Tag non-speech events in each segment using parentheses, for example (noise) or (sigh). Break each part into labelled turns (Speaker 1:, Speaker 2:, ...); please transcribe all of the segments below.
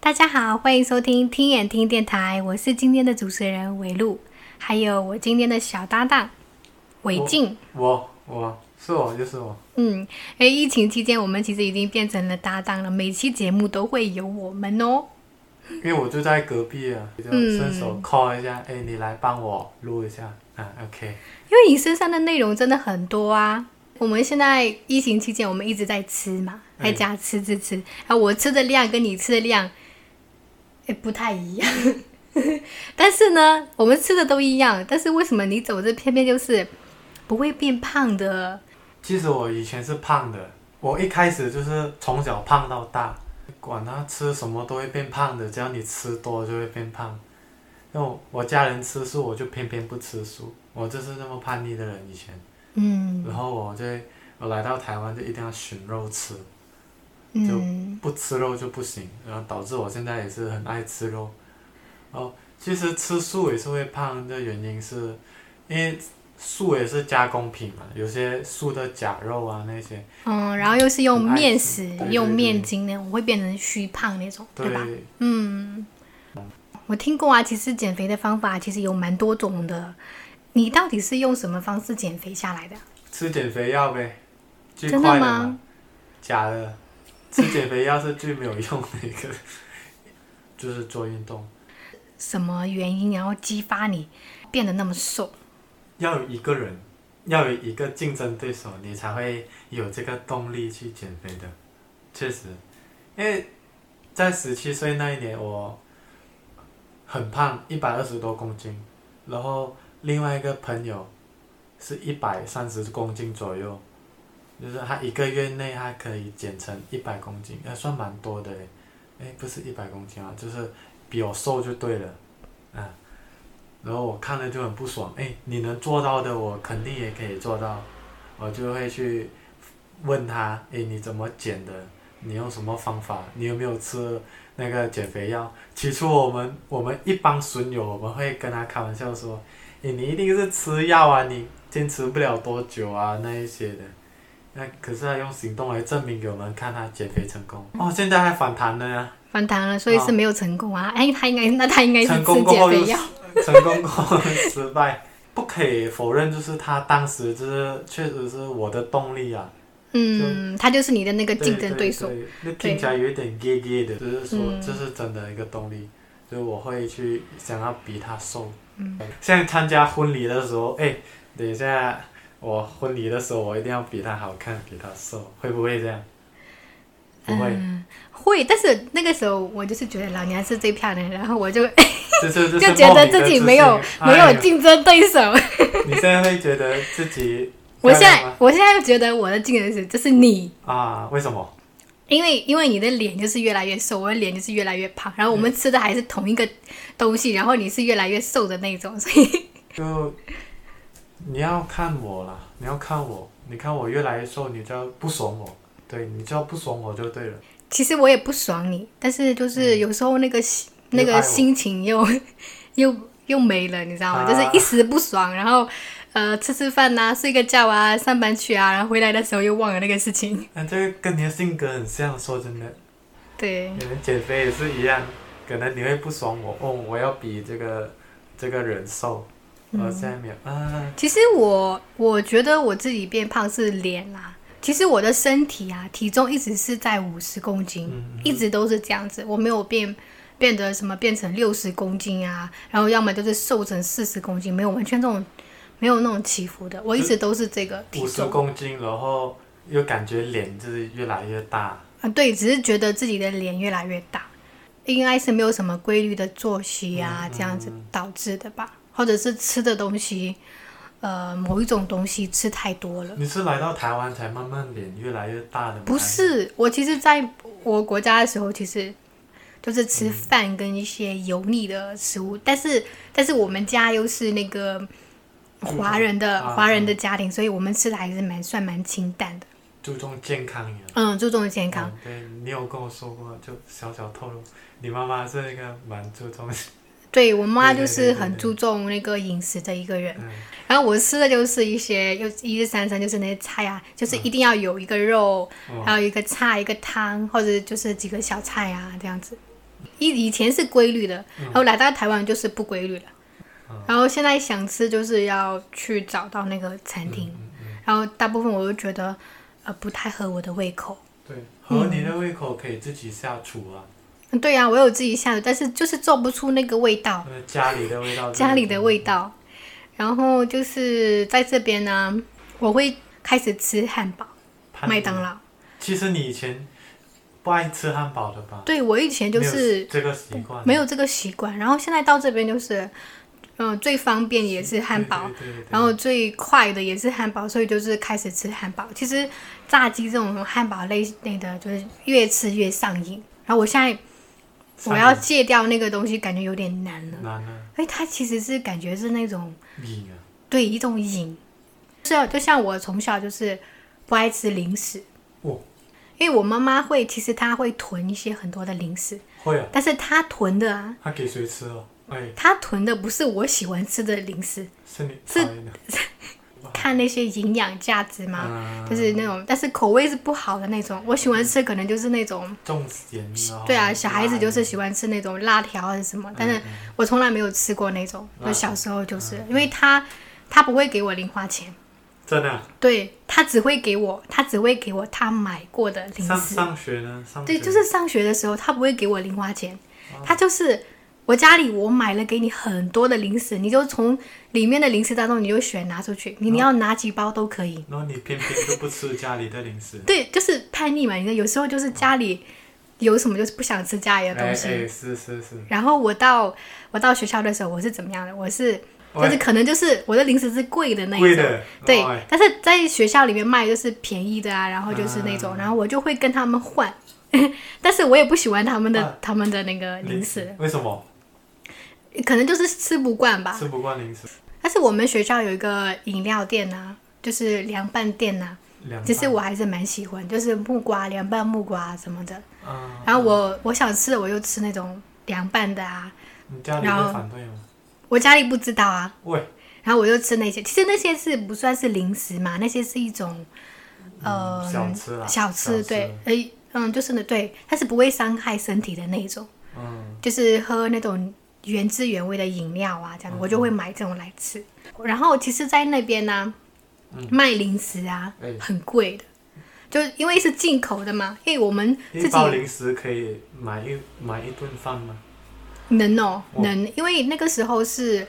Speaker 1: 大家好，欢迎收听听眼听电台，我是今天的主持人韦露，还有我今天的小搭档韦静。
Speaker 2: 我我是我就是我，
Speaker 1: 嗯，哎，疫情期间我们其实已经变成了搭档了，每期节目都会有我们哦。
Speaker 2: 因为我就在隔壁啊，就
Speaker 1: 嗯
Speaker 2: 伸手 call 一下，哎、你来帮我录一下啊，OK，
Speaker 1: 因为你身上的内容真的很多啊。我们现在疫情期间，我们一直在吃嘛，在
Speaker 2: 哎
Speaker 1: 家吃吃吃。啊，我吃的量跟你吃的量，哎，不太一样。 (laughs) 但是呢，我们吃的都一样，但是为什么你走这偏偏就是不会变胖的？
Speaker 2: 其实我以前是胖的，我一开始就是从小胖到大，管他吃什么都会变胖的，只要你吃多就会变胖。那我我家人吃素，我就偏偏不吃素，我就是那么叛逆的人以前。
Speaker 1: 嗯
Speaker 2: 然后我就我来到台湾就一定要寻肉吃，就
Speaker 1: 嗯，
Speaker 2: 不吃肉就不行，然后导致我现在也是很爱吃肉。哦，其实吃素也是会胖的原因是，因为素也是加工品嘛，有些素的假肉啊那些，
Speaker 1: 嗯，然后又是用
Speaker 2: 很爱吃
Speaker 1: 面食、
Speaker 2: 对对
Speaker 1: 用
Speaker 2: 对
Speaker 1: 面筋那种，会变成虚胖那种，
Speaker 2: 对
Speaker 1: 吧？嗯，我听过啊，其实减肥的方法其实有蛮多种的。你到底是用什么方式减肥下来的？
Speaker 2: 吃减肥药呗，最
Speaker 1: 真的
Speaker 2: 快
Speaker 1: 吗
Speaker 2: 嘛，假的，吃减肥药是最没有用的一个， (laughs) 就是做运动。
Speaker 1: 什么原因然后激发你变得那么瘦？
Speaker 2: 要有一个人，要有一个竞争对手，你才会有这个动力去减肥的。确实，因为在十七岁那一年，我很胖，一百二十多公斤，然后另外一个朋友是一百三十公斤左右，就是他一个月内他可以减成一百公斤，呃，算蛮多的嘞。哎，不是一百公斤啊，就是比我瘦就对了，啊。然后我看了就很不爽，哎，你能做到的，我肯定也可以做到，我就会去问他，哎，你怎么减的？你用什么方法？你有没有吃那个减肥药？起初我们我们一帮损友，我们会跟他开玩笑说，哎，你一定是吃药啊，你坚持不了多久啊那一些的。那可是他用行动来证明给我们看，他减肥成功。哦，现在还反弹了啊呀！
Speaker 1: 反弹了，所以是没有成功啊！哎、他应该那他应该是
Speaker 2: 哦成
Speaker 1: 吃
Speaker 2: 功过
Speaker 1: 减
Speaker 2: 后
Speaker 1: 肥
Speaker 2: 又
Speaker 1: 药，
Speaker 2: (laughs) 成功过失败，不可以否认，就是他当时就是确实是我的动力啊，
Speaker 1: 嗯，他就是你的那个 (laughs) 竞争对嗯手，
Speaker 2: 对那听起来有一点 gay gay 的，就是说这是真的一个动力，就是我会去想要比他瘦。
Speaker 1: 嗯，
Speaker 2: 像参加婚礼的时候，哎，等一下我婚礼的时候，我一定要比他好看，比他瘦，会不会这样？不会，
Speaker 1: 嗯，会。但是那个时候我就是觉得老娘是最漂亮的，然后我就
Speaker 2: 这是这是
Speaker 1: 就觉
Speaker 2: 莫
Speaker 1: 得
Speaker 2: 名的
Speaker 1: 自己
Speaker 2: 信
Speaker 1: 没有没
Speaker 2: 哎
Speaker 1: 有
Speaker 2: 呀啊
Speaker 1: 竞争 (laughs) 对手。
Speaker 2: 你现在会觉得自己
Speaker 1: 我现
Speaker 2: 漂亮
Speaker 1: 在
Speaker 2: 吗
Speaker 1: 我现在又觉得我的竞争对手就是你，
Speaker 2: 啊？为什么？
Speaker 1: 因为因为你的脸就是越来越瘦，我的脸就是越来越胖，然后我
Speaker 2: 嗯
Speaker 1: 们吃的还是同一个东西，然后你是越来越瘦的那种，所以
Speaker 2: 就你要看我啦，你要看我，你看我越来越瘦，你就要不爽我，对，你就要不爽我就对了。
Speaker 1: 其实我也不爽你，但是就是有时候那个心、
Speaker 2: 嗯
Speaker 1: 那
Speaker 2: 又爱
Speaker 1: 个
Speaker 2: 我
Speaker 1: 心情又 (laughs) 又又没了，你知道吗？
Speaker 2: 啊
Speaker 1: 就是一时不爽，然后呃吃吃饭呐、睡个觉啊，上班去啊，然后回来的时候又忘了那个事情。
Speaker 2: 那这个跟你的性格很像，说真的，
Speaker 1: 对，
Speaker 2: 你们减肥也是一样，可能你会不爽我，哦，我要比这个这个人瘦，我现在没有啊，
Speaker 1: 其实我我觉得我自己变胖是脸啦、其实我的身体啊，体重一直是在五十公斤。
Speaker 2: 嗯，
Speaker 1: 一直都是这样子，我没有变变得什么变成六十公斤啊，然后要么就是瘦成四十公斤，没有完全这种没有那种起伏的，我一直都是这个体
Speaker 2: 五十
Speaker 1: 重
Speaker 2: 公斤，然后又感觉脸就是越来越大，
Speaker 1: 啊，对，只是觉得自己的脸越来越大，应该是没有什么规律的作息啊，
Speaker 2: 嗯
Speaker 1: 这样子
Speaker 2: 嗯
Speaker 1: 导致的吧，或者是吃的东西，呃，某一种东西吃太多了。
Speaker 2: 你是来到台湾才慢慢脸越来越大的吗？
Speaker 1: 嗯不是，我其实在我国家的时候，其实就是吃饭跟一些油腻的食物，但是但是我们家又是那个华人的、
Speaker 2: 啊
Speaker 1: 华人的家庭，所以我们吃的还是蛮算蛮清淡的，
Speaker 2: 注重健康呀。
Speaker 1: 嗯，注重健康。
Speaker 2: 嗯对你有跟我说过，就小小透露，你妈妈是一个蛮注重，
Speaker 1: 对我妈
Speaker 2: 对
Speaker 1: 就
Speaker 2: 对
Speaker 1: 是
Speaker 2: 对
Speaker 1: 很
Speaker 2: 对
Speaker 1: 注重那个饮食的一个人，
Speaker 2: 嗯，
Speaker 1: 然后我吃的就是一些又一日三餐就是那些菜啊，就是一定要有一个肉，
Speaker 2: 哦
Speaker 1: 还有一个菜一个汤，或者就是几个小菜啊这样子。以以前是规律的，
Speaker 2: 嗯
Speaker 1: 然后来到台湾就是不规律了。然后现在想吃就是要去找到那个餐厅，
Speaker 2: 嗯嗯
Speaker 1: 然后大部分我就觉得呃不太合我的胃口。
Speaker 2: 嗯对，合你的胃口可以自己下厨啊，
Speaker 1: 嗯对呀、我有自己下的，但是就是做不出那个味道。
Speaker 2: 呃家里的味
Speaker 1: 嗯
Speaker 2: 道，
Speaker 1: 家里的味道。然后就是在这边呢，我会开始吃汉堡、
Speaker 2: 叛逆
Speaker 1: 麦当劳。
Speaker 2: 其实你以前不爱吃汉堡的吧？
Speaker 1: 对我以前就
Speaker 2: 没
Speaker 1: 是
Speaker 2: 有这个习惯，
Speaker 1: 没有这个习惯，然后现在到这边就是，嗯、最方便也是汉堡，
Speaker 2: 对，对对对
Speaker 1: 然后最快的也是汉堡，所以就是开始吃汉堡。其实炸鸡这种汉堡类类的，就是越吃越上瘾。然后我现在我要戒掉那个东西，感觉有点难了。
Speaker 2: 难啊，
Speaker 1: 哎，它其实是感觉是那种。
Speaker 2: 瘾啊，
Speaker 1: 对一种瘾。是啊，就像我从小就是不爱吃零食，
Speaker 2: 哦，
Speaker 1: 因为我妈妈会，其实她会囤一些很多的零食，
Speaker 2: 会啊，
Speaker 1: 但是她囤的啊，
Speaker 2: 他给谁吃哦？哎，
Speaker 1: 她囤的不是我喜欢吃的零食，
Speaker 2: 是你
Speaker 1: 是
Speaker 2: 讨厌的
Speaker 1: 看那些营养价值嘛，
Speaker 2: 嗯
Speaker 1: 就是那种，但是口味是不好的那种。我喜欢吃可能就是那种，
Speaker 2: 重咸哦
Speaker 1: 对啊，小孩子就是喜欢吃那种辣条还是什么，但是我从来没有吃过那种，我小时候就是，因为她她不会给我零花钱。
Speaker 2: 真的啊。
Speaker 1: 对他只会给我，他只会给我他买过的零
Speaker 2: 上
Speaker 1: 食。
Speaker 2: 上学呢？上学
Speaker 1: 对，就是上学的时候，他不会给我零花钱，他就是我家里我买了给你很多的零食，你就从里面的零食当中你就选拿出去，
Speaker 2: 嗯
Speaker 1: 你你要拿几包都可以。，
Speaker 2: 然后你偏偏就不吃家里的零食
Speaker 1: 对，就是叛逆嘛，你看有时候就是家里有什么就是不想吃家里的
Speaker 2: 哎
Speaker 1: 东西。
Speaker 2: 哎，是是是，
Speaker 1: 然后我到我到学校的时候，我是怎么样的？我是
Speaker 2: 喂
Speaker 1: 就是可能就是我的零食是贵的那哦一
Speaker 2: 贵
Speaker 1: 种，
Speaker 2: 的，
Speaker 1: 对
Speaker 2: 哎，
Speaker 1: 但是在学校里面卖就是便宜的啊，然后就是那种，然后我就会跟他们换， (laughs) 但是我也不喜欢他们的、
Speaker 2: 啊
Speaker 1: 他们的那个零食，
Speaker 2: 为什么
Speaker 1: 可能就是吃不惯吧。
Speaker 2: 吃不惯零食？
Speaker 1: 但是我们学校有一个饮料店啊，就是凉拌店啊，
Speaker 2: 两
Speaker 1: 其实我还是蛮喜欢，就是木瓜凉拌木瓜什么的。
Speaker 2: 啊，
Speaker 1: 然后我我想吃的我就吃那种凉拌的啊，
Speaker 2: 你家里
Speaker 1: 然后
Speaker 2: 会反对吗？
Speaker 1: 我家里不知道啊，
Speaker 2: 喂，
Speaker 1: 然后我就吃那些。其实那些是不算是零食嘛，那些是一种呃、
Speaker 2: 嗯小吃啦，
Speaker 1: 小吃，对，，诶，嗯，就是呢，对，它是不会伤害身体的那一种，
Speaker 2: 嗯，
Speaker 1: 就是喝那种原汁原味的饮料啊，这样
Speaker 2: 嗯
Speaker 1: 我就会买这种来吃。然后其实，在那边呢、卖零食啊，
Speaker 2: 嗯哎
Speaker 1: 很贵的，就因为是进口的嘛，因为我们
Speaker 2: 一
Speaker 1: 自
Speaker 2: 包
Speaker 1: 己
Speaker 2: 零食可以买一买一顿饭吗？
Speaker 1: 能哦，
Speaker 2: 哦
Speaker 1: 能，因为那个时候是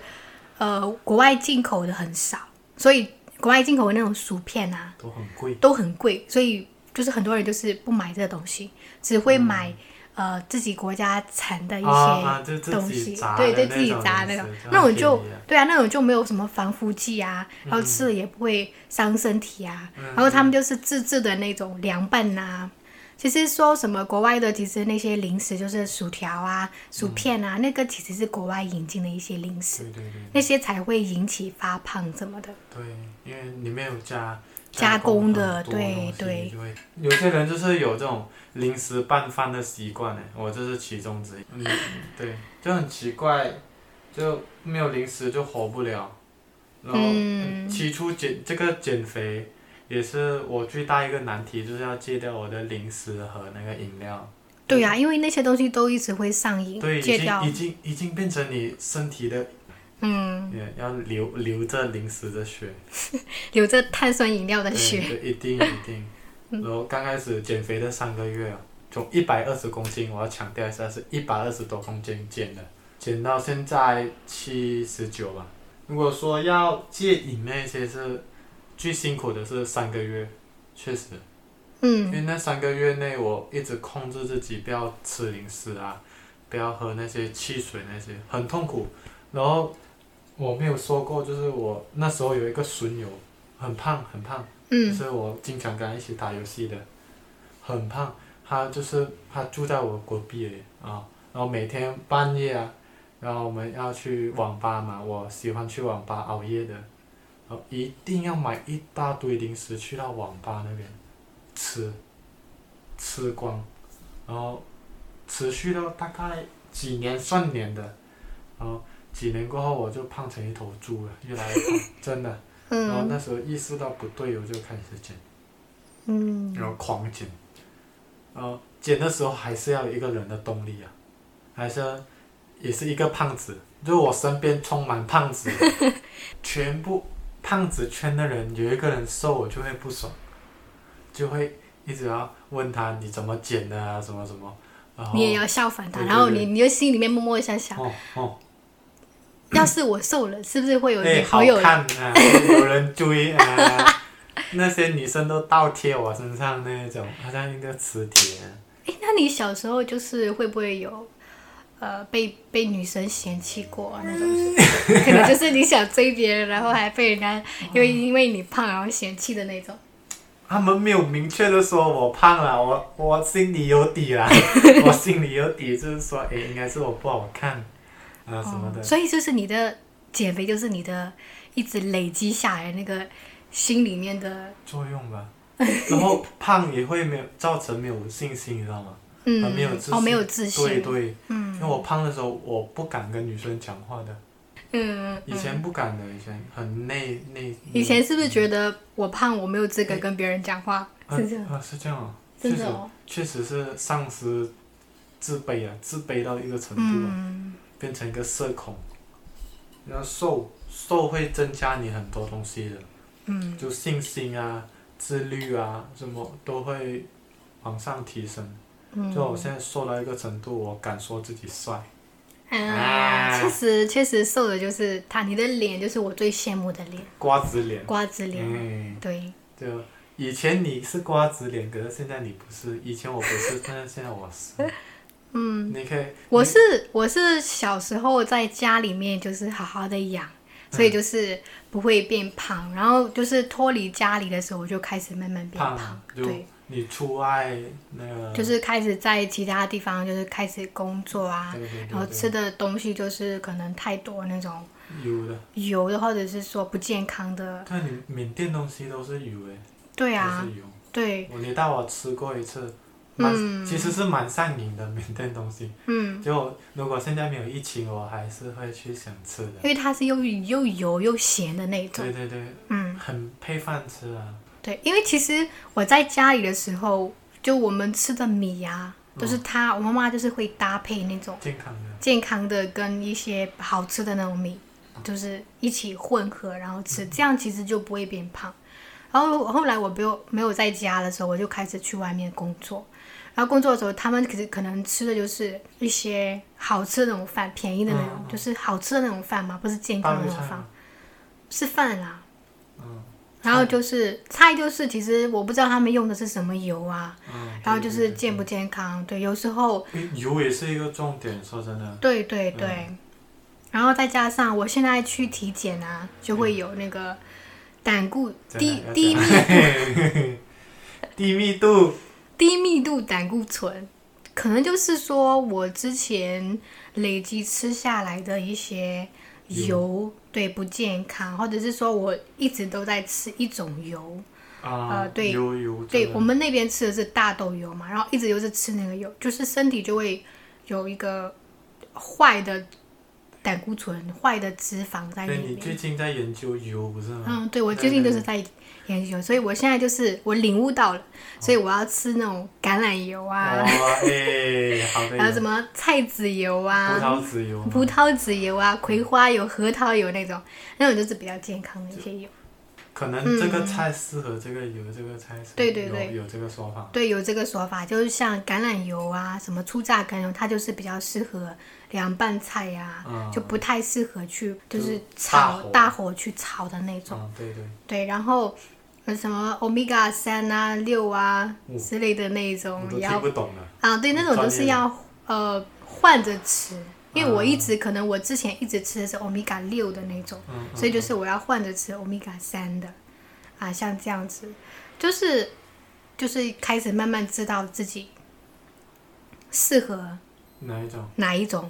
Speaker 1: 呃国外进口的很少，所以国外进口的那种薯片啊，
Speaker 2: 都很贵，
Speaker 1: 都很贵，所以就是很多人就是不买这个东西，只会买、呃自己国家产的一
Speaker 2: 嗯啊啊就
Speaker 1: 些
Speaker 2: 自己
Speaker 1: 东西，
Speaker 2: 炸
Speaker 1: 对，
Speaker 2: 的
Speaker 1: 对
Speaker 2: 那
Speaker 1: 自己
Speaker 2: 种
Speaker 1: 炸
Speaker 2: 零
Speaker 1: 那
Speaker 2: 食就
Speaker 1: 那
Speaker 2: 很
Speaker 1: 种就
Speaker 2: 便宜啊嗯
Speaker 1: 对啊，那种就没有什么防腐剂啊，然后吃了也不会伤身体啊，然后他们就是自制的那种凉拌呐、其实说什么国外的，其实那些零食就是薯条啊、薯
Speaker 2: 嗯
Speaker 1: 片啊，那个其实是国外引进的一些零食，
Speaker 2: 对对对
Speaker 1: 那些才会引起发胖什么的。
Speaker 2: 对，因为里面有加
Speaker 1: 加工的
Speaker 2: 很多东西
Speaker 1: 对对
Speaker 2: 就会有些人就是有这种零食拌饭的习惯呢，我这是其中之一。嗯，对，就很奇怪，就没有零食就活不了。然后、
Speaker 1: 嗯
Speaker 2: 起初减这个减肥也是我最大一个难题，就是要戒掉我的零食和那个饮料。
Speaker 1: 对啊，因为那些东西都一直会上瘾
Speaker 2: 对，，已
Speaker 1: 戒掉
Speaker 2: 经已经已经变成你身体的，
Speaker 1: 嗯，
Speaker 2: 也要流流着零食的血。
Speaker 1: 留着碳酸饮料的血，
Speaker 2: 对，对一定一定。然后刚开始减肥的三个月啊，从一百二十公斤，我要强调一下是一百二十多公斤减的，减到现在七十九吧。如果说要戒瘾那些是最辛苦的是三个月，确实，因
Speaker 1: 嗯，
Speaker 2: 为那三个月内我一直控制自己不要吃零食啊，不要喝那些汽水那些，很痛苦。然后我没有说过，就是我那时候有一个损友，很胖很胖。就
Speaker 1: 嗯，
Speaker 2: 是我经常跟他一起打游戏的，啊很胖，他就是他住在我隔壁而已啊，然后每天半夜啊，然后我们要去网吧嘛，我喜欢去网吧熬夜的，然后一定要买一大堆零食去到网吧那边吃，吃光，然后持续到大概几年算年的，然后几年过后我就胖成一头猪了，越来越胖，真的。然后
Speaker 1: 嗯，
Speaker 2: 那时候意识到不对，我就开始减，
Speaker 1: 嗯，
Speaker 2: 然后狂减，然后减的时候还是要有一个人的动力啊，还是也是一个胖子，就我身边充满胖子，
Speaker 1: (laughs)
Speaker 2: 全部胖子圈的人有一个人瘦，我就会不爽，就会一直要问他你怎么减的啊，什么什么，然后
Speaker 1: 你也要效仿他，
Speaker 2: 对对
Speaker 1: 然后
Speaker 2: 对
Speaker 1: 你你就心里面默默地想想，
Speaker 2: 哦哦，
Speaker 1: 要是我瘦了，是不是会有
Speaker 2: 哎、
Speaker 1: 女
Speaker 2: 好
Speaker 1: 朋友？
Speaker 2: 看啊，有人
Speaker 1: (laughs)
Speaker 2: 追啊，那些女生都倒贴我身上那种，好像一个磁铁啊、
Speaker 1: 哎，那你小时候就是会不会有，呃，被被女生嫌弃过啊那种事？可能就是 (laughs) 你想追别人，然后还被人家
Speaker 2: 嗯
Speaker 1: 因为因为你胖然后嫌弃的那种。
Speaker 2: 他们没有明确的说我胖了，我我心里有底
Speaker 1: (laughs)
Speaker 2: 啦，我心里有底，就是说，哎，应该是我不好看，啊、什么的
Speaker 1: 哦。所以就是你的减肥，就是你的一直累积下来那个心里面的，
Speaker 2: 作用吧。然后胖也会没有造成没有信心，你知道吗？
Speaker 1: 嗯，
Speaker 2: 啊没有自信
Speaker 1: 哦，没有自信，
Speaker 2: 对对，因为
Speaker 1: 嗯
Speaker 2: 我胖的时候，我不敢跟女生讲话的，
Speaker 1: 嗯，
Speaker 2: 以前不敢的，以前很内内。
Speaker 1: 以前是不是觉得我胖，我没有资格跟别人讲话？
Speaker 2: 啊
Speaker 1: 是这样，
Speaker 2: 啊是这样哦，确
Speaker 1: 真
Speaker 2: 实
Speaker 1: 的哦，
Speaker 2: 确实是丧失自卑啊，自卑到一个程度啊。
Speaker 1: 嗯，
Speaker 2: 变成一个社恐。然后瘦瘦会增加你很多东西的，
Speaker 1: 嗯，
Speaker 2: 就信心啊、自律啊，什么都会往上提升。
Speaker 1: 嗯
Speaker 2: 就我现在瘦到一个程度，我敢说自己帅。
Speaker 1: 啊，
Speaker 2: 啊
Speaker 1: 确实确实瘦的就是他，你的脸就是我最羡慕的脸，
Speaker 2: 瓜子脸，
Speaker 1: 瓜子脸，
Speaker 2: 嗯，
Speaker 1: 对，
Speaker 2: 就以前你是瓜子脸，可是现在你不是。以前我不是，但是现在我是。
Speaker 1: (laughs) 嗯，
Speaker 2: 你可以，
Speaker 1: 我是我是小时候在家里面就是好好的养，
Speaker 2: 嗯
Speaker 1: 所以就是不会变胖，然后就是脱离家里的时候，我就开始慢慢变
Speaker 2: 胖就
Speaker 1: 对，
Speaker 2: 你出外那个，
Speaker 1: 就是开始在其他地方就是开始工作啊，
Speaker 2: 对对对
Speaker 1: 然后
Speaker 2: 对
Speaker 1: 吃的东西就是可能太多那种
Speaker 2: 油的。
Speaker 1: 油的，或者是说不健康的，
Speaker 2: 但你缅甸东西都是油诶，
Speaker 1: 对
Speaker 2: 都
Speaker 1: 啊，
Speaker 2: 是油。
Speaker 1: 对，
Speaker 2: 我你带我吃过一次，蛮、
Speaker 1: 嗯，
Speaker 2: 其实是蛮上瘾的缅甸东西。
Speaker 1: 嗯，
Speaker 2: 就如果现在没有疫情，我还是会去想吃的
Speaker 1: 因。为它是又又油又咸的那种
Speaker 2: 对，对对，
Speaker 1: 嗯。
Speaker 2: 很配饭吃啊。
Speaker 1: 对，因为其实我在家里的时候，就我们吃的米啊，都是它，我妈妈就是会搭配那种
Speaker 2: 健康的。
Speaker 1: 健康的跟一些好吃的那种米，就是一起混合然后吃，这样其实就不会变胖。然后后来我没有没有在家的时候，我就开始去外面工作。然后工作的时候，他们可是可能吃的就是一些好吃的那种饭，便宜的那种，
Speaker 2: 嗯嗯
Speaker 1: 就是好吃的那种饭嘛，不是健康的那种
Speaker 2: 大陆菜
Speaker 1: 饭
Speaker 2: 吗，
Speaker 1: 是饭啦、
Speaker 2: 嗯
Speaker 1: 然后就是菜，就是其实我不知道他们用的是什么油啊，
Speaker 2: 嗯。
Speaker 1: 然后就
Speaker 2: 对
Speaker 1: 是
Speaker 2: 对
Speaker 1: 健不健康，对，有时候，
Speaker 2: 对诶油也是一个重点，说真的。
Speaker 1: 对对对，
Speaker 2: 嗯
Speaker 1: 然后再加上我现在去体检啊，就会有那个胆固
Speaker 2: 嗯
Speaker 1: 低低密
Speaker 2: 密 (laughs) 低密度，
Speaker 1: (laughs) 低密度胆固醇，可能就是说我之前累积吃下来的一些油，对不健康，或者是说我一直都在吃一种油，
Speaker 2: 啊、
Speaker 1: 呃对
Speaker 2: 油油
Speaker 1: 对
Speaker 2: 真的
Speaker 1: 我们那边吃的是大豆油嘛，然后一直就是吃那个油，就是身体就会有一个坏的胆固醇、坏的脂肪在
Speaker 2: 对
Speaker 1: 里
Speaker 2: 你最
Speaker 1: 面。
Speaker 2: 近在研究油不是吗？
Speaker 1: 嗯，对我
Speaker 2: 对
Speaker 1: 最近就
Speaker 2: 对
Speaker 1: 是在研究，所以我现在就是我领悟到了，所以我要吃那种橄榄油啊，
Speaker 2: 哇诶，好
Speaker 1: (laughs)
Speaker 2: 的
Speaker 1: 然后什
Speaker 2: 油，
Speaker 1: 么菜籽油
Speaker 2: 葡
Speaker 1: 啊、
Speaker 2: 萄籽油吗，
Speaker 1: 葡萄籽油啊、葵花油、核桃油那种，那种就是比较健康的一些油。
Speaker 2: 可能这个菜适合这个油，这个菜适合
Speaker 1: 对对对
Speaker 2: 有有这个说法。
Speaker 1: 对，有这个说法，就是像橄榄油啊，什么初榨橄榄油，它就是比较适合凉拌菜呀、
Speaker 2: 嗯
Speaker 1: 就不太适合去就是
Speaker 2: 就大
Speaker 1: 炒
Speaker 2: 火
Speaker 1: 大火去炒的那种。
Speaker 2: 嗯，对对，
Speaker 1: 对，然后呃什么 omega 三啊、六啊、
Speaker 2: 嗯
Speaker 1: 之类的那一种
Speaker 2: 我，都
Speaker 1: 也
Speaker 2: 听
Speaker 1: 要
Speaker 2: 不懂了。
Speaker 1: 啊，对，那种都是要呃换着吃，因为我一直、可能我之前一直吃的是 omega 六的那种。
Speaker 2: 嗯，嗯
Speaker 1: 所以就是我要换着吃欧米伽三的，啊，像这样子，就是就是开始慢慢知道自己适合
Speaker 2: 哪一种？
Speaker 1: 哪一种，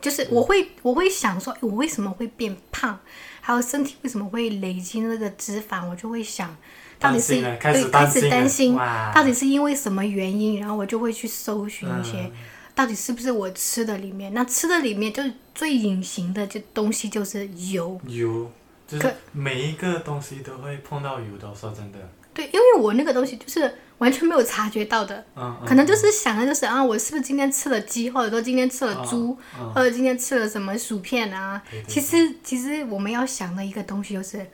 Speaker 1: 就是我会我会想说，诶哎我为什么会变胖，还有身体为什么会累积那个脂肪，我就会想，到底是
Speaker 2: 担心了啊开
Speaker 1: 对
Speaker 2: 始
Speaker 1: 开始担
Speaker 2: 担
Speaker 1: 心
Speaker 2: 心了，哇
Speaker 1: 到底是因为什么原因，然后我就会去搜寻一些。
Speaker 2: 嗯
Speaker 1: 到底是不是我吃的里面？那吃的里面就是最隐形的，就东西就是油，
Speaker 2: 嗯油，就是每一个东西都会碰到油的。说真的，
Speaker 1: 对，因为我那个东西就是完全没有察觉到的，
Speaker 2: 嗯，嗯
Speaker 1: 可能就是想的就是啊，我是不是今天吃了鸡，或者说今天吃了猪，，
Speaker 2: 嗯
Speaker 1: 或者今天吃了什么薯片啊？
Speaker 2: 对对
Speaker 1: 其实其实我们要想的一个东西就是，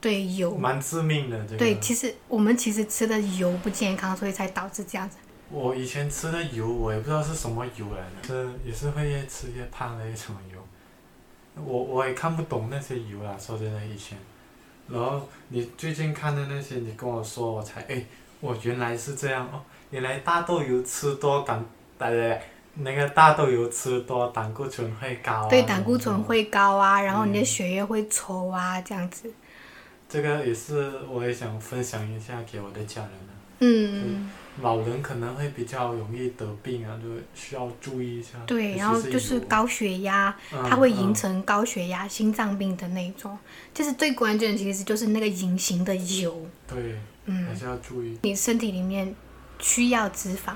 Speaker 1: 对油，
Speaker 2: 蛮致命的这个。
Speaker 1: 对，其实我们其实吃的油不健康，所以才导致这样子。
Speaker 2: 我以前吃的油，我也不知道是什么油来的，是也是会越吃越胖的一种油。我我也看不懂那些油啦，说真的以前。然后你最近看的那些，你跟我说，我才哎，我原来是这样哦，原来大豆油吃多胆，呃，那个大豆油吃多胆固醇会高、啊。嗯
Speaker 1: 对胆固醇。会高啊，然后你的血液会稠啊，这样子。
Speaker 2: 这个也是我也想分享一下给我的家人啊。
Speaker 1: 嗯，
Speaker 2: 老人可能会比较容易得病啊，就需要注意一下。尤
Speaker 1: 对，
Speaker 2: 其
Speaker 1: 然后就是
Speaker 2: 油
Speaker 1: 高血压，
Speaker 2: 嗯
Speaker 1: 它会形成高血压、心脏病的那种。就是最关键的其实就是那个隐形的油，
Speaker 2: 对，还
Speaker 1: 嗯，
Speaker 2: 是要注意。
Speaker 1: 你身体里面需要脂肪，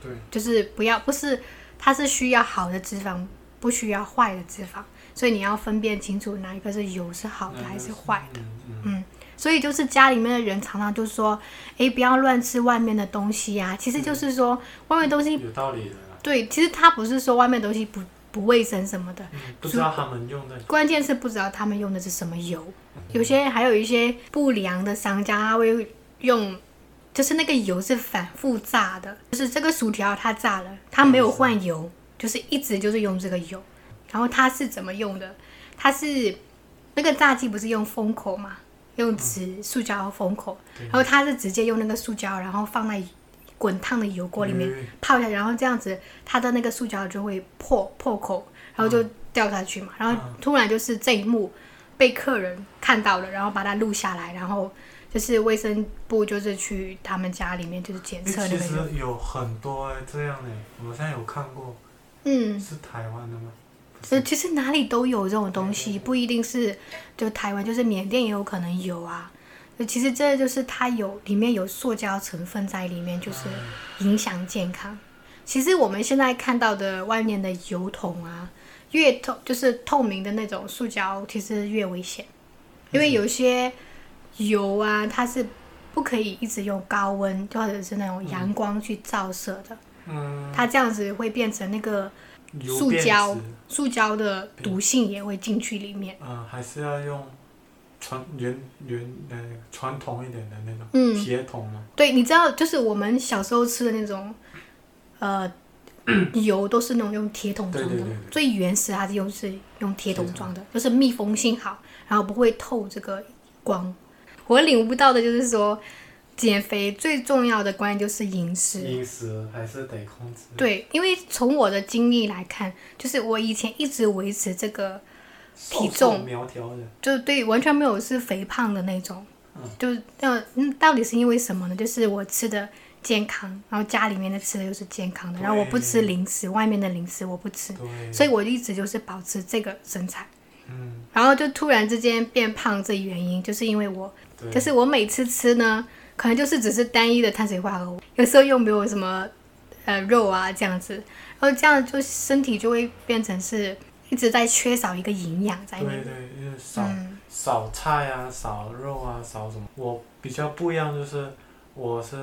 Speaker 2: 对，
Speaker 1: 就是不要不是它是需要好的脂肪，不需要坏的脂肪，所以你要分辨清楚哪一个是油是好的
Speaker 2: 那
Speaker 1: 还
Speaker 2: 就是
Speaker 1: 坏的。
Speaker 2: 嗯嗯，
Speaker 1: 嗯，所以就是家里面的人常常就说，哎，不要乱吃外面的东西呀、其实
Speaker 2: 嗯
Speaker 1: 就是说，外面东西
Speaker 2: 有道理的啦。
Speaker 1: 对，其实他不是说外面的东西不不卫生什么的，
Speaker 2: 嗯不知道他们用的，
Speaker 1: 关键是不知道他们用的是什么油。有些还有一些不良的商家，他会用，就是那个油是反复炸的，就是这个薯条它炸了，它没有换油，就是一直就是用这个油。然后它是怎么用的？它是那个炸鸡不是用封口嘛，用纸塑胶封口，
Speaker 2: 对
Speaker 1: 然后它是直接用那个塑胶，然后放在滚烫的油锅里面
Speaker 2: 嗯
Speaker 1: 泡一下，然后这样子它的那个塑胶就会破破口，然后就
Speaker 2: 嗯
Speaker 1: 掉下去嘛。然后突然就是这一幕被客人看到了，然后把它录下来，然后就是卫生部就是去他们家里面就是检测
Speaker 2: 诶
Speaker 1: 那
Speaker 2: 哎其
Speaker 1: 个油。
Speaker 2: 实有很多诶这样的，我好像有看过，
Speaker 1: 嗯，
Speaker 2: 是台湾的吗？不
Speaker 1: 就是其实哪里都有这种东西，不一定是就台湾，就是缅甸也有可能有啊。就其实这就是它有里面有塑胶成分在里面，就是影响健康。其实我们现在看到的外面的油桶啊，越透就是透明的那种塑胶，其实越危险，因为有些油啊，它是不可以一直用高温或者是那种阳光去照射的，
Speaker 2: 嗯，
Speaker 1: 它这样子会变成那个
Speaker 2: 油
Speaker 1: 塑
Speaker 2: 变
Speaker 1: 胶
Speaker 2: 质，
Speaker 1: 塑胶的毒性也会进去里面。
Speaker 2: 嗯，还是要用传原原呃传统一点的那种
Speaker 1: 嗯
Speaker 2: 铁桶嘛，
Speaker 1: 对，你知道，就是我们小时候吃的那种，呃，油都是那种用铁桶装的，
Speaker 2: 对对对对
Speaker 1: 最原始还是用是用铁桶
Speaker 2: 铁桶
Speaker 1: 装的，就是密封性好，然后不会透这个光。我领悟到的就是说，减肥最重要的关键就是饮食。
Speaker 2: 饮食还是得控制。
Speaker 1: 对，因为从我的经历来看，就是我以前一直维持这个
Speaker 2: 瘦
Speaker 1: 体
Speaker 2: 瘦
Speaker 1: 重
Speaker 2: 苗条的，
Speaker 1: 就对，完全没有是肥胖的那种，
Speaker 2: 嗯
Speaker 1: 就是那嗯，到底是因为什么呢？就是我吃的健康，然后家里面的吃的又是健康的，然后我不吃
Speaker 2: 对
Speaker 1: 零食，外面的零食我不吃，
Speaker 2: 对，
Speaker 1: 所以我一直就是保持这个身材，
Speaker 2: 嗯，
Speaker 1: 然后就突然之间变胖，这原因就是因为我，
Speaker 2: 对，
Speaker 1: 就是我每次吃呢，可能就是只是单一的碳水化合物，有时候又没有什么呃肉啊这样子，然后这样就身体就会变成是一直在缺少一个营养在里
Speaker 2: 对
Speaker 1: 面，
Speaker 2: 对，就是少
Speaker 1: 嗯。
Speaker 2: 少菜啊，少肉啊，少什么？我比较不一样，就是我是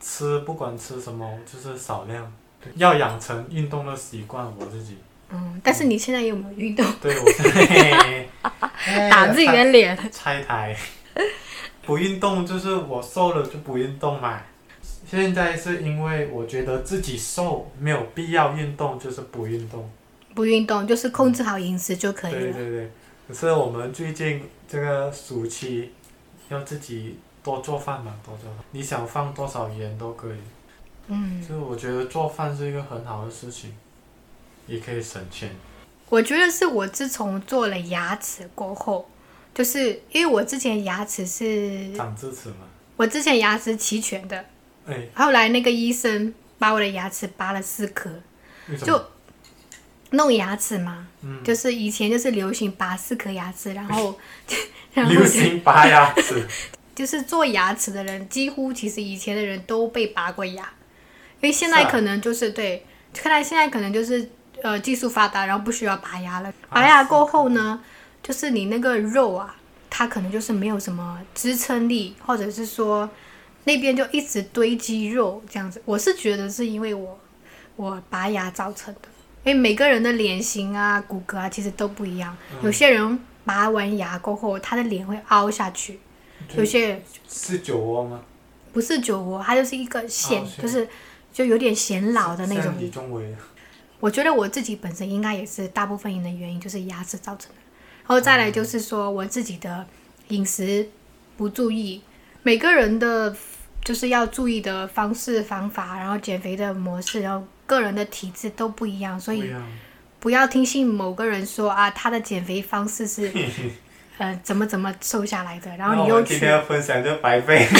Speaker 2: 吃不管吃什么，就是少量，对要养成运动的习惯。我自己
Speaker 1: 嗯，但是你现在有没有运动？
Speaker 2: 对我是嘿嘿
Speaker 1: (laughs) 打自己
Speaker 2: (laughs)
Speaker 1: 的脸。
Speaker 2: 拆台，不运动就是我瘦了就不运动嘛。现在是因为我觉得自己瘦，没有必要运动，就是不运动。
Speaker 1: 不运动就是控制好饮食就可以
Speaker 2: 对
Speaker 1: 了。
Speaker 2: 对对，可是我们最近这个暑期要自己多做饭嘛，多做饭，你想放多少盐都可以。
Speaker 1: 嗯，
Speaker 2: 就是我觉得做饭是一个很好的事情，也可以省钱。
Speaker 1: 我觉得是我自从做了牙齿过后，就是因为我之前牙齿是
Speaker 2: 长智齿嘛，
Speaker 1: 我之前牙齿齐全的，
Speaker 2: 哎，
Speaker 1: 后来那个医生把我的牙齿拔了四颗，
Speaker 2: 为什
Speaker 1: 就 (laughs)
Speaker 2: 么？
Speaker 1: 弄牙齿嘛，
Speaker 2: 嗯，
Speaker 1: 就是以前就是流行拔四颗牙齿，然后 (laughs) 然后
Speaker 2: 流行拔牙齿，
Speaker 1: 就是做牙齿的人，几乎其实以前的人都被拔过牙，因为现在
Speaker 2: 是啊
Speaker 1: 可能就是对，看来现在可能就是呃技术发达，然后不需要拔牙了。
Speaker 2: 啊
Speaker 1: 拔牙过后呢，就是你那个肉啊，他可能就是没有什么支撑力，或者是说那边就一直堆肌肉这样子。我是觉得是因为我我拔牙造成的，因为每个人的脸型啊、骨骼啊其实都不一样，
Speaker 2: 嗯
Speaker 1: 有些人拔完牙过后，他的脸会凹下去，有些人
Speaker 2: 是酒窝吗？
Speaker 1: 不是酒窝，它就是一个显
Speaker 2: 凹，陷
Speaker 1: 就是就有点显老的那种
Speaker 2: 像李宗伟，
Speaker 1: 我觉得我自己本身应该也是大部分人的原因就是牙齿造成的，然后再来就是说我自己的饮食不注意，每个人的就是要注意的方式方法，然后减肥的模式，然后个人的体质都不一样，所
Speaker 2: 不一
Speaker 1: 以
Speaker 2: 样
Speaker 1: 不要听信某个人说啊他的减肥方式
Speaker 2: (laughs)
Speaker 1: 是呃怎么怎么瘦下来的，然后你
Speaker 2: 那我
Speaker 1: 又
Speaker 2: 们今
Speaker 1: 去
Speaker 2: 天要分享就白费， (laughs)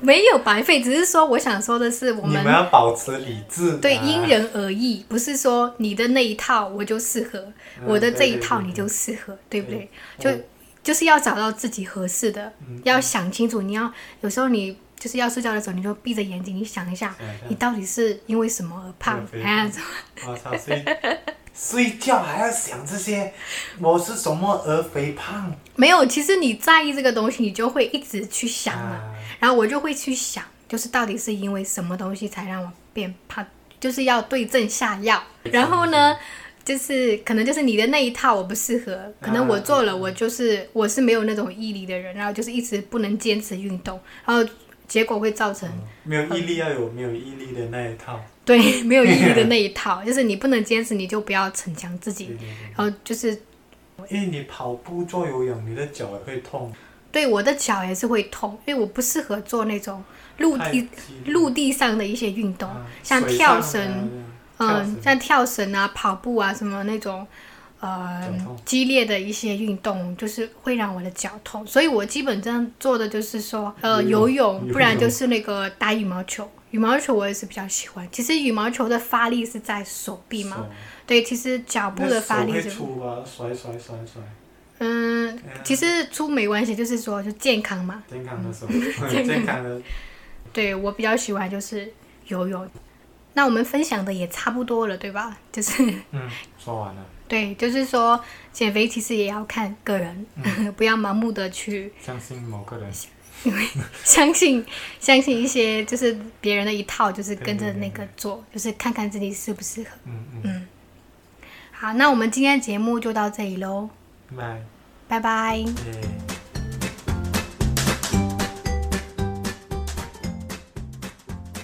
Speaker 1: 没有白费，只是说我想说的是我
Speaker 2: 你
Speaker 1: 们
Speaker 2: 们要保持理智啊。
Speaker 1: 对，因人而异，不是说你的那一套我就适合，
Speaker 2: 嗯
Speaker 1: 我的这一
Speaker 2: 对对
Speaker 1: 套
Speaker 2: 对
Speaker 1: 你就适合，对不对？就
Speaker 2: 对哦
Speaker 1: 就是要找到自己合适的，
Speaker 2: 嗯
Speaker 1: 要想清楚。你要有时候你就是要睡觉的时候，你就闭着眼睛，你想一下，
Speaker 2: 想一下
Speaker 1: 你到底是因为什么而哎胖，
Speaker 2: 对对
Speaker 1: 还是
Speaker 2: 我操，啊睡 (laughs) 睡觉还要想这些，我是什么而肥胖
Speaker 1: 没有？其实你在意这个东西，你就会一直去想嘛。
Speaker 2: 啊？
Speaker 1: 然后我就会去想，就是到底是因为什么东西才让我变胖，就是要对症下药。然后呢，就是可能就是你的那一套我不适合，可能我做了，我就是我是没有那种毅力的人，然后就是一直不能坚持运动，然后结果会造成
Speaker 2: 没有毅力要有没有毅力的那一套，
Speaker 1: 对 (laughs) 没有毅力的那一
Speaker 2: (laughs)
Speaker 1: 套，就是你不能坚持，你就不要逞强自
Speaker 2: 对
Speaker 1: 己
Speaker 2: 对，对。
Speaker 1: 然后就是
Speaker 2: 因为你跑步做有氧，你的脚也会痛，
Speaker 1: 对我的脚也是会痛，因为我不适合做那种陆
Speaker 2: 太
Speaker 1: 地
Speaker 2: 激烈
Speaker 1: 陆地上的一些运动，
Speaker 2: 啊
Speaker 1: 像
Speaker 2: 水
Speaker 1: 跳
Speaker 2: 上啊
Speaker 1: 绳。
Speaker 2: 这样
Speaker 1: 嗯，像跳绳啊、跑步啊什么那种，呃
Speaker 2: 脚嗯痛，
Speaker 1: 激烈的一些运动，就是会让我的脚痛，所以我基本上做的就是说，呃，游
Speaker 2: 游泳
Speaker 1: 泳，
Speaker 2: 游
Speaker 1: 不然就
Speaker 2: 泳
Speaker 1: 是那个打羽毛球。羽毛球我也是比较喜欢，其实羽毛球的发力是在手臂嘛，对，其实脚
Speaker 2: 手
Speaker 1: 部的发力
Speaker 2: 那手
Speaker 1: 是
Speaker 2: 会，粗吧，甩甩甩甩，
Speaker 1: 嗯，其实粗没关系，就是说就健康嘛。
Speaker 2: 健康
Speaker 1: (laughs)
Speaker 2: 的手，嗯健康的
Speaker 1: 对我比较喜欢就是游泳。那我们分享的也差不多了，对吧？就是
Speaker 2: 嗯，说完了，
Speaker 1: 对，就是说减肥其实也要看个人，
Speaker 2: 嗯
Speaker 1: (laughs) 不要盲目的去
Speaker 2: 相信某个人，
Speaker 1: 相信 (laughs) 相信一些就是别人的一套，就是跟着
Speaker 2: 对对对
Speaker 1: 那个做，就是看看自己适不适合。
Speaker 2: 嗯
Speaker 1: 嗯好，那我们今天节目就到这里喽，
Speaker 2: 嗯，拜，
Speaker 1: 拜拜。
Speaker 2: 耶。